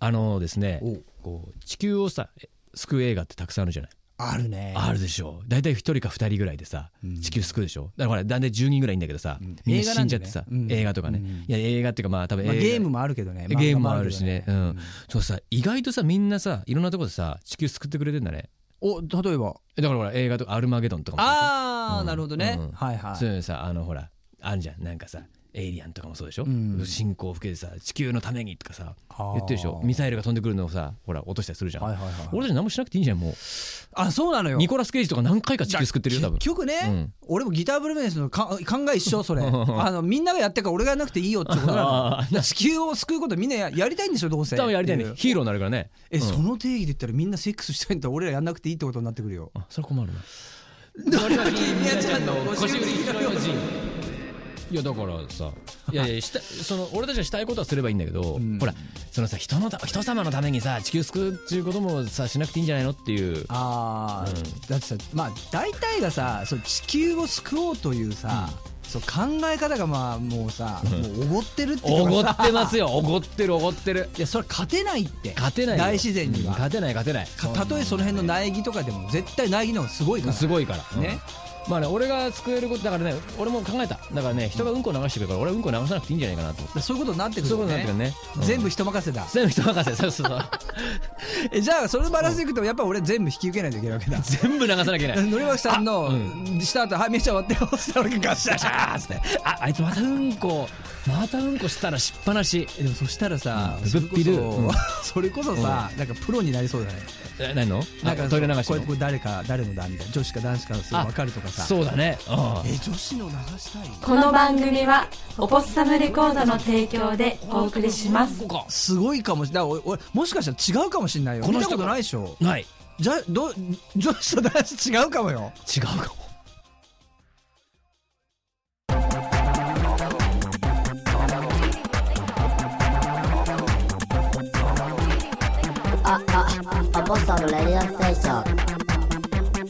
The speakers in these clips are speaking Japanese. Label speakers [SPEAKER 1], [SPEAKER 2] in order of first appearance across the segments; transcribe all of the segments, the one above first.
[SPEAKER 1] あのですね
[SPEAKER 2] お
[SPEAKER 1] こう地球をさえ救う映画ってたくさんあるじゃない
[SPEAKER 2] あるね
[SPEAKER 1] あるでしょ大体一人か二人ぐらいでさ
[SPEAKER 2] うん
[SPEAKER 1] 地球救うでしょだからほらだんだん10人ぐらいいんだけどさ
[SPEAKER 2] ん
[SPEAKER 1] みんな死んじゃってさ
[SPEAKER 2] 映画なんでねうん
[SPEAKER 1] 映画とか
[SPEAKER 2] うん
[SPEAKER 1] ねいや映画っていうかまあ多分映
[SPEAKER 2] まあ
[SPEAKER 1] 画
[SPEAKER 2] ゲームもあるけどね
[SPEAKER 1] ゲームもあるしね
[SPEAKER 2] 漫画もあ
[SPEAKER 1] う
[SPEAKER 2] る
[SPEAKER 1] ん
[SPEAKER 2] け
[SPEAKER 1] そうさ意外とさみんなさいろんなとこでさ地球救ってくれてんだね
[SPEAKER 2] どねお例えば
[SPEAKER 1] だからほら映画とかアルマゲドンとかも
[SPEAKER 2] ああ、
[SPEAKER 1] うん
[SPEAKER 2] なるほどね、
[SPEAKER 1] うん
[SPEAKER 2] はいはい
[SPEAKER 1] そういうのさあのほらあるじゃんなんかさエイリアンとかもそうでしょ、
[SPEAKER 2] うん
[SPEAKER 1] 進行を受けてさ地球のためにとかさ
[SPEAKER 2] あー
[SPEAKER 1] 言ってるでしょミサイルが飛んでくるのをさほら落としたりするじゃん、
[SPEAKER 2] はいはいはい
[SPEAKER 1] 俺たち何もしなくていいんじゃんも
[SPEAKER 2] あそうなの
[SPEAKER 1] う
[SPEAKER 2] よ
[SPEAKER 1] ニコラス・ケイジとか何回か地球救ってるよ多分
[SPEAKER 2] 結局ね、
[SPEAKER 1] うん
[SPEAKER 2] 俺もギターブルーメンスのか考え一緒それ あのみんながやってるから俺がやらなくていいよってこと
[SPEAKER 1] あ
[SPEAKER 2] な
[SPEAKER 1] ー
[SPEAKER 2] の地球を救うことみんなややりたいんでしょどうせ
[SPEAKER 1] 多分やりたいね
[SPEAKER 2] ってう
[SPEAKER 1] ヒーローになるからね
[SPEAKER 2] え、その定義で言ったらみんなセックスしたいんだったら俺らやんなくていいってことになってくるよ
[SPEAKER 1] あそれ困るな
[SPEAKER 2] 宮ちゃんの
[SPEAKER 1] いやだからさいやいやしたその俺たちはしたいことはすればいいんだけど、
[SPEAKER 2] ん
[SPEAKER 1] ほらそのさ人のた人様のためにさ地球救うっていうこともさしなくていいんじゃないのっていう
[SPEAKER 2] ああ、だってさまあ大体がさそう地球を救おうというさ、そう考え方がまあもうさ、もうおごってるっていう
[SPEAKER 1] お
[SPEAKER 2] か
[SPEAKER 1] ご
[SPEAKER 2] さ
[SPEAKER 1] ってます よおごってるおごってる
[SPEAKER 2] いやそれは勝てないって
[SPEAKER 1] 勝てないよ
[SPEAKER 2] 大自然に
[SPEAKER 1] うん
[SPEAKER 2] は、
[SPEAKER 1] 勝てない勝てない
[SPEAKER 2] かたとえその辺の苗木とかでも絶対苗木の方がすごいから
[SPEAKER 1] すごいから、
[SPEAKER 2] ね
[SPEAKER 1] うんまあね俺が救えることだからね俺も考えただからね人がうんこ流してくるから俺はうんこ流さなくていいんじゃないかなと思って
[SPEAKER 2] だからそういうことになってくる
[SPEAKER 1] そうい
[SPEAKER 2] よ
[SPEAKER 1] うことになってくるね、うん
[SPEAKER 2] 全部人任せだ、
[SPEAKER 1] 全部人任せそうそうそう
[SPEAKER 2] えじゃあそのバランスでいくとやっぱ俺全部引き受けないといけないわけだ
[SPEAKER 1] 全部流さなきゃいけない
[SPEAKER 2] のりわきさん
[SPEAKER 1] あ
[SPEAKER 2] の
[SPEAKER 1] う
[SPEAKER 2] した後はいめちゃ終わってよ」っつったら俺がガッシャ
[SPEAKER 1] ガ
[SPEAKER 2] ガ
[SPEAKER 1] シ
[SPEAKER 2] シャ
[SPEAKER 1] ャーっつってああいつまたうんこまたうんこしたらしっぱなし
[SPEAKER 2] えでもそしたらさ、
[SPEAKER 1] うん
[SPEAKER 2] それこ
[SPEAKER 1] ぶっぴる
[SPEAKER 2] そ
[SPEAKER 1] うん
[SPEAKER 2] それこそさ、なんかプロになりそうだね
[SPEAKER 1] え何の
[SPEAKER 2] なんか
[SPEAKER 1] あトイレ流し
[SPEAKER 2] こうやってこ
[SPEAKER 1] の
[SPEAKER 2] れ誰か誰のだみたいな女子か男子かすぐ
[SPEAKER 1] あ
[SPEAKER 2] 分かるとかさ
[SPEAKER 1] そうだねうん
[SPEAKER 2] え女子の流したい
[SPEAKER 3] この番組はオポッサムレコードの提供でお送りします
[SPEAKER 1] ここ
[SPEAKER 2] すごいかもしれない俺もしかしたら違うかもしれないよ
[SPEAKER 1] この
[SPEAKER 2] 見
[SPEAKER 1] 人
[SPEAKER 2] たことないでしょ
[SPEAKER 1] ない違
[SPEAKER 2] じゃど女子と男子違うかもよ
[SPEAKER 1] うかも
[SPEAKER 4] あ、あ、アポストのレディオステーション。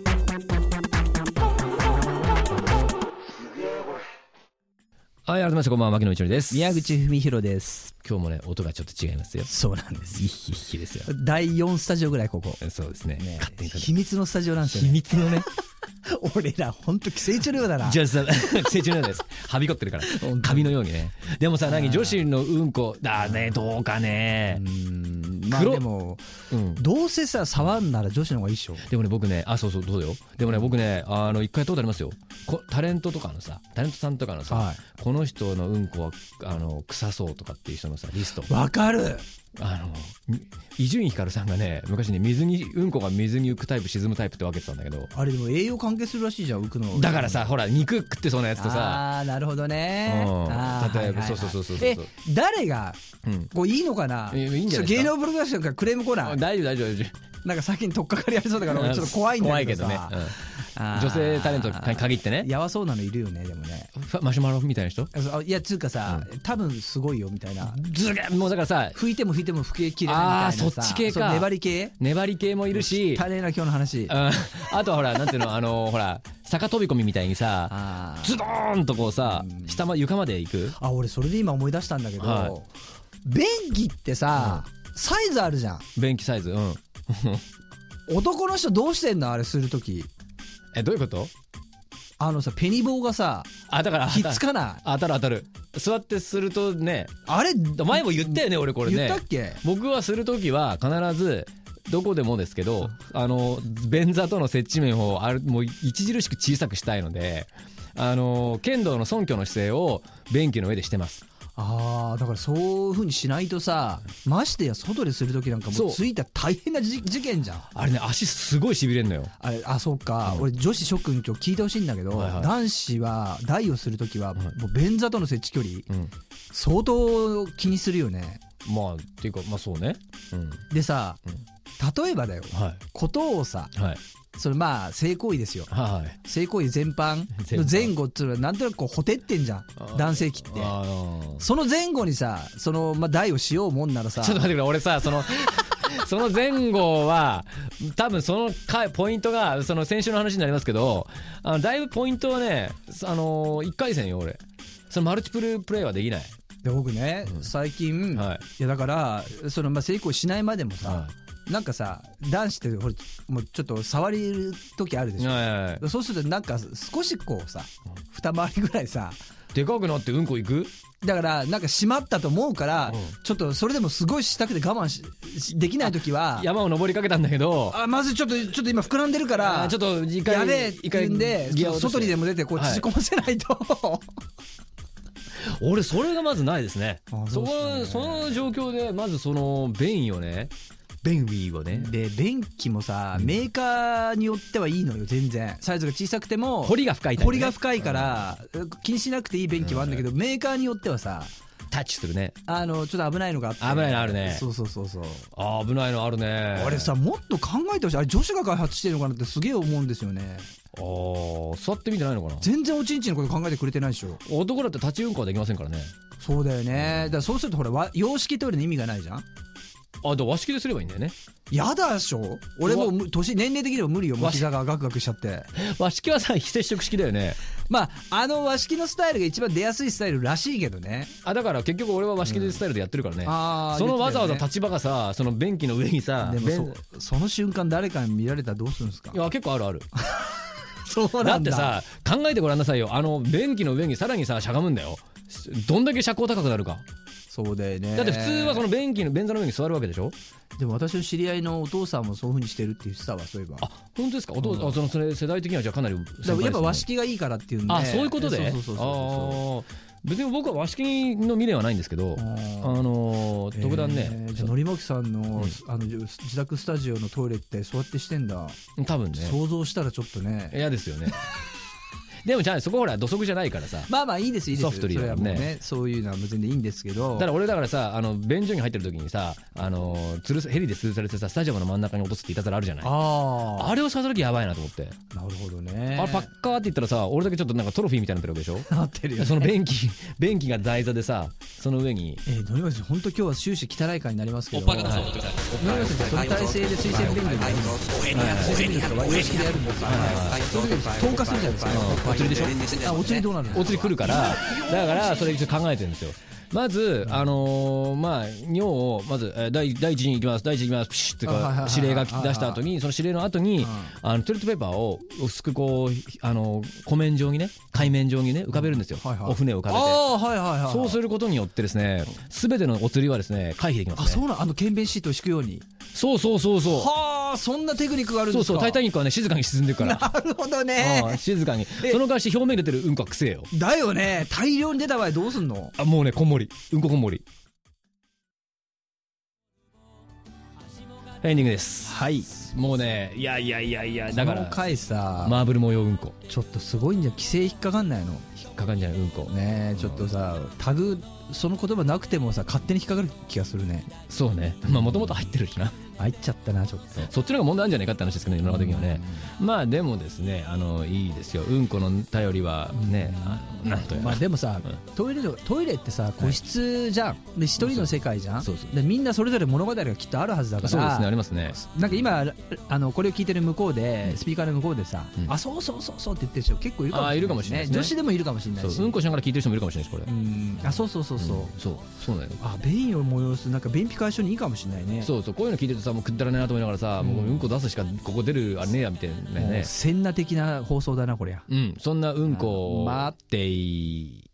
[SPEAKER 1] はい改めましてこんばんは牧野一郎です
[SPEAKER 2] 宮口文博です
[SPEAKER 1] 今日もね音がちょっと違いますよ
[SPEAKER 2] そうなんです
[SPEAKER 1] いひひですよ
[SPEAKER 2] 第4スタジオぐらいここ
[SPEAKER 1] そうですね
[SPEAKER 2] ね
[SPEAKER 1] 勝手に
[SPEAKER 2] 秘密のスタジオなんですよ、
[SPEAKER 1] 秘
[SPEAKER 2] ね、
[SPEAKER 1] 密のね
[SPEAKER 2] 俺らほんと寄生虫のようだな
[SPEAKER 1] じゃあさ成長なん ですはびこってるからカビのようにねでもさ何女子のうんこだねどうかね
[SPEAKER 2] まあ
[SPEAKER 1] 黒
[SPEAKER 2] でも
[SPEAKER 1] うん
[SPEAKER 2] どうせさ触んなら女子の方がいいっしょ
[SPEAKER 1] でもね僕ねあそうそうどうだよでもね僕ねあの一回やったことありますよこタレントとかのさタレントさんとかのさ、
[SPEAKER 2] は
[SPEAKER 1] この人のうんこはあの臭そうとかっていう人のさリスト
[SPEAKER 2] わかる
[SPEAKER 1] あのみ伊集院光さんがね昔ね水にうんこが水に浮くタイプ沈むタイプって分けてたんだけど
[SPEAKER 2] あれでも栄養関係するらしいじゃん浮くの
[SPEAKER 1] だからさほら肉食ってそうなやつとさ、
[SPEAKER 2] ああーなるほどね
[SPEAKER 1] うん
[SPEAKER 2] あー
[SPEAKER 1] 例えば
[SPEAKER 2] はいはい
[SPEAKER 1] そ
[SPEAKER 2] はい
[SPEAKER 1] うそうそうそうそう
[SPEAKER 2] え誰が
[SPEAKER 1] うん、
[SPEAKER 2] こういいのかない
[SPEAKER 1] やいいんじゃないですか
[SPEAKER 2] ちょっと芸能プロダクションからクレーム来ない
[SPEAKER 1] 大丈夫大丈夫大丈
[SPEAKER 2] なんか先に取っかかりありそうだから
[SPEAKER 1] 夫
[SPEAKER 2] 俺ちょっと怖いんだけどさ
[SPEAKER 1] 怖いけどね、うん
[SPEAKER 2] あー
[SPEAKER 1] 女性タレントに限ってね
[SPEAKER 2] やわそうなのいるよねでもね
[SPEAKER 1] ファマシュマロみたいな人
[SPEAKER 2] あいやつうかさ、多分すごいよみたいな
[SPEAKER 1] ずげもうだからさ
[SPEAKER 2] 拭いても拭いても拭ききれないみたいなさ
[SPEAKER 1] あーそっち系か
[SPEAKER 2] そう粘り系
[SPEAKER 1] 粘り系もいるし
[SPEAKER 2] 大変な今日の
[SPEAKER 1] う
[SPEAKER 2] 話
[SPEAKER 1] んあとはほらなんていうのあのほら坂飛び込みみたいにさ
[SPEAKER 2] あー
[SPEAKER 1] ズドーンとこうさ下ま床まで行く
[SPEAKER 2] あ俺それで今思い出したんだけど、
[SPEAKER 1] はい
[SPEAKER 2] 便器ってさ、サイズあるじゃん
[SPEAKER 1] 便器サイズうん
[SPEAKER 2] 男の人どうしてんのあれするとき
[SPEAKER 1] えどういうこと
[SPEAKER 2] あのさペニ棒がさ
[SPEAKER 1] あだから
[SPEAKER 2] ひっつかない
[SPEAKER 1] 当たる当たる座ってするとね
[SPEAKER 2] あれ
[SPEAKER 1] 前も言ったよね俺これね
[SPEAKER 2] 言ったっけ
[SPEAKER 1] 僕はする時は必ずどこでもですけどあの便座との接地面をあるもう著しく小さくしたいのであの剣道の尊虚の姿勢を便器の上でしてます
[SPEAKER 2] ああだからそういうふうにしないとさましてや外でするときなんかも
[SPEAKER 1] そう
[SPEAKER 2] うついたら大変なじ事件じゃん
[SPEAKER 1] あれね足すごいしびれんのよ
[SPEAKER 2] あれあそうか、俺女子諸君今日聞いてほしいんだけど、
[SPEAKER 1] はいはい
[SPEAKER 2] 男子は台をするときは、もう便座との接地距離、
[SPEAKER 1] うん
[SPEAKER 2] 相当気にするよね
[SPEAKER 1] まあっていうかまあそうねうん
[SPEAKER 2] でさ、例えばだよ
[SPEAKER 1] は
[SPEAKER 2] ことをさ
[SPEAKER 1] いはい
[SPEAKER 2] それまあ性行為ですよ
[SPEAKER 1] はい
[SPEAKER 2] 性行為全般
[SPEAKER 1] 全
[SPEAKER 2] の
[SPEAKER 1] 般
[SPEAKER 2] 前後っていうのはなんとなくこうほてってんじゃん
[SPEAKER 1] あー
[SPEAKER 2] 男性器って
[SPEAKER 1] あの
[SPEAKER 2] その前後にさそのまあ台をしようもんならさ
[SPEAKER 1] ちょっと待ってくれ俺さその その前後は多分その回ポイントがその先週の話になりますけどあのだいぶポイントはねあの1回戦よ俺それマルチプルプレイはできない
[SPEAKER 2] で僕ね、最近、
[SPEAKER 1] はい
[SPEAKER 2] い、やだからその、まあ、成功しないまでもさ、
[SPEAKER 1] は
[SPEAKER 2] なんかさ男子ってほらもうちょっと触りる時あるでしょ、
[SPEAKER 1] はいはいはい
[SPEAKER 2] そうするとなんか少しこうさ二回りぐらいさ
[SPEAKER 1] でかくなってうんこ行く
[SPEAKER 2] だからなんか閉まったと思うから、ちょっとそれでもすごいしたくて我慢ししできない時は
[SPEAKER 1] 山を登りかけたんだけど
[SPEAKER 2] あまずちょっとちょっと今膨らんでるか
[SPEAKER 1] あ
[SPEAKER 2] ら
[SPEAKER 1] ーちょっと一回
[SPEAKER 2] やべえって
[SPEAKER 1] 一
[SPEAKER 2] 言
[SPEAKER 1] 回
[SPEAKER 2] うんで
[SPEAKER 1] ギアを落として
[SPEAKER 2] 外にでも出てこう縮こませないと、
[SPEAKER 1] 俺それがまずないですね
[SPEAKER 2] あ
[SPEAKER 1] そ
[SPEAKER 2] そう
[SPEAKER 1] こはその状況でまずその便意をね便意をね
[SPEAKER 2] で便器もさメーカーによってはいいのよ全然サイズが小さくても
[SPEAKER 1] 彫りが深いタイプね
[SPEAKER 2] 彫りが深いから、気にしなくていい便器もあるんだけど、メーカーによってはさ
[SPEAKER 1] タッチするね
[SPEAKER 2] あのちょっと危ないのがあって
[SPEAKER 1] 危ないのあるね
[SPEAKER 2] そうそうそうそう
[SPEAKER 1] あー危ないのあるね
[SPEAKER 2] あれさもっと考えてほしいあれ女子が開発してるのかなってすげえ思うんですよね
[SPEAKER 1] あー座ってみてないのかな
[SPEAKER 2] 全然おちんちんのこと考えてくれてないでしょ
[SPEAKER 1] 男だって立ちうんこはできませんからね
[SPEAKER 2] そうだよねだからそうするとほらわ洋式トイレの意味がないじゃん
[SPEAKER 1] あで和式ですればいいんだよ ね
[SPEAKER 2] やだでしょ俺もうむ年年齢的にも無理よもう膝がガクガクしちゃって
[SPEAKER 1] 和式はさ非接触式だよね
[SPEAKER 2] まああの和式のスタイルが一番出やすいスタイルらしいけどね
[SPEAKER 1] あだから結局俺は和式でスタイルでやってるからね、
[SPEAKER 2] あー
[SPEAKER 1] そのわざわざ
[SPEAKER 2] 言って
[SPEAKER 1] 立場がさその便器の上にさ
[SPEAKER 2] でも
[SPEAKER 1] 便
[SPEAKER 2] そうその瞬間誰かに見られたらどうするんですか
[SPEAKER 1] いや結構あ るある
[SPEAKER 2] そう
[SPEAKER 1] だってさ考えてごらんなさいよあの便器の上にさらにさしゃがむんだよどんだけ車高高くなるか
[SPEAKER 2] そうだよね
[SPEAKER 1] だって普通はその便器の便座の上に座るわけでしょ
[SPEAKER 2] でも私の知り合いのお父さんもそういうふうにしてるっていう人はそういえば
[SPEAKER 1] あ本当ですかお父、あそのそれ世代的にはじゃあかなり先輩です
[SPEAKER 2] だ
[SPEAKER 1] ね、
[SPEAKER 2] からやっぱ和式がいいからっていうんで
[SPEAKER 1] あそういうことで
[SPEAKER 2] そうそうそうそ
[SPEAKER 1] あー別に僕は和式の未練はないんですけどあ
[SPEAKER 2] ー
[SPEAKER 1] のー
[SPEAKER 2] う
[SPEAKER 1] 特段ね、
[SPEAKER 2] えーじゃあのりまきさんの,、あの自宅スタジオのトイレってそうやってしてんだ、
[SPEAKER 1] 多分ね
[SPEAKER 2] 想像したらちょっとね
[SPEAKER 1] 嫌ですよね でもじゃあそこほら土足じゃないからさ
[SPEAKER 2] まあまあいいですいいです
[SPEAKER 1] ソフトリー
[SPEAKER 2] それ
[SPEAKER 1] だ
[SPEAKER 2] は
[SPEAKER 1] も
[SPEAKER 2] も
[SPEAKER 1] ん
[SPEAKER 2] う
[SPEAKER 1] ね
[SPEAKER 2] ねそういうのは全然いいんですけど
[SPEAKER 1] だから俺だからさあの便所に入ってる時にさあのー吊るすヘリで吊るされてさスタジアムの真ん中に落とすっていたずらあるじゃないあ
[SPEAKER 2] あ
[SPEAKER 1] れをされた時やばいなと思って、
[SPEAKER 2] あなるほどね
[SPEAKER 1] あれパッカーって言ったらさ俺だけちょっとなんかトロフィーみたいになってるわけでし
[SPEAKER 2] なってるよ
[SPEAKER 1] ょ
[SPEAKER 2] ね
[SPEAKER 1] その便器便器が台座でさその上に
[SPEAKER 2] えー、のりまきさん本当今日は終始汚い会になりますけどはいのりまきさんってその体制で推薦できるんで和式でやるんですよその時投下するじゃないですか
[SPEAKER 1] お釣りでしょ
[SPEAKER 2] あお釣りどうなるんです
[SPEAKER 1] お
[SPEAKER 2] か
[SPEAKER 1] 釣り来るからだからそれ一応考えてるんですよまず、あのーまあ、尿を、まず、えー第第一に行きます、第一に行きます、ピシッって
[SPEAKER 2] あはいはい
[SPEAKER 1] か
[SPEAKER 2] は、い
[SPEAKER 1] 指令が出した後に、その指令の後に、あの、トイレットペーパーを薄くこう、あの、湖面上にね、海面上にね、浮かべるんですよ。
[SPEAKER 2] はいはい
[SPEAKER 1] お船を浮かべて。
[SPEAKER 2] ああはいはいはい
[SPEAKER 1] そうすることによってですね、すべてのお釣りはですね、回避できます、
[SPEAKER 2] あ
[SPEAKER 1] ね。
[SPEAKER 2] そうなんあの検便シートを敷くように
[SPEAKER 1] そうそうそうそう。
[SPEAKER 2] はあそんなテクニックがあるん
[SPEAKER 1] そ
[SPEAKER 2] で
[SPEAKER 1] う
[SPEAKER 2] す
[SPEAKER 1] そ
[SPEAKER 2] か
[SPEAKER 1] う、タイタニックはね、静かに沈んでるから。
[SPEAKER 2] なるほどね
[SPEAKER 1] うん静かに。その代わり表面に出てるうんこはくせえよ。
[SPEAKER 2] だよね大量に出た場合どうすんの
[SPEAKER 1] あ、もうね、こんもり。うんここんもり。エンディングです。
[SPEAKER 2] はい
[SPEAKER 1] もうね、いやいやいやいや、だか
[SPEAKER 2] こ
[SPEAKER 1] ら
[SPEAKER 2] の、回さ、
[SPEAKER 1] マーブル模様うんこ。
[SPEAKER 2] ちょっとすごいんじゃん規制引っかかんないの
[SPEAKER 1] 引っかかんじゃないうんこ。
[SPEAKER 2] ねえちょっとさタグその言葉なくてもさ勝手に引っかかる気がするね
[SPEAKER 1] そうね。まあ、もともと入ってるしな。
[SPEAKER 2] 入っちゃったなちょっと
[SPEAKER 1] そっちの方が問題あるんじゃないかって話ですけどね、世の中的にはね。まあ、でもですね、あの、いいですよ。うんこの頼りはね、あのなんとや
[SPEAKER 2] まあ
[SPEAKER 1] ら。
[SPEAKER 2] でもさ、トイレのトイレってさ個室じゃん、で一人の世界じゃん
[SPEAKER 1] そうそう
[SPEAKER 2] でみんなそれぞれ物語がきっとあるはずだから
[SPEAKER 1] そうですね、ありますね。
[SPEAKER 2] なんか今あのこれを聞いてる向こうで、スピーカーの向こうでさ、
[SPEAKER 1] うん
[SPEAKER 2] あそうそうそうそうって言ってる人結構いるかもしれない,、
[SPEAKER 1] あいるかもしれないですね
[SPEAKER 2] 女子でもいるかもしれな
[SPEAKER 1] そ
[SPEAKER 2] いし
[SPEAKER 1] ううんこしながら聞いてる人もいるかもしれないし、これ
[SPEAKER 2] う。んあそうそうそうそう、
[SPEAKER 1] んそう、そうなのよ。
[SPEAKER 2] あ便意を催すなんか便秘解消にいいかもしれないね
[SPEAKER 1] そうそうこういうの聞いてるとさもうくだらないなと思いながらさ、もううんこ出すしかここ出るあれねえやみたいな
[SPEAKER 2] もう
[SPEAKER 1] ね
[SPEAKER 2] センナ的な放送だなこりゃ
[SPEAKER 1] うんそんなうんこを
[SPEAKER 2] あーまあ
[SPEAKER 1] 待ってい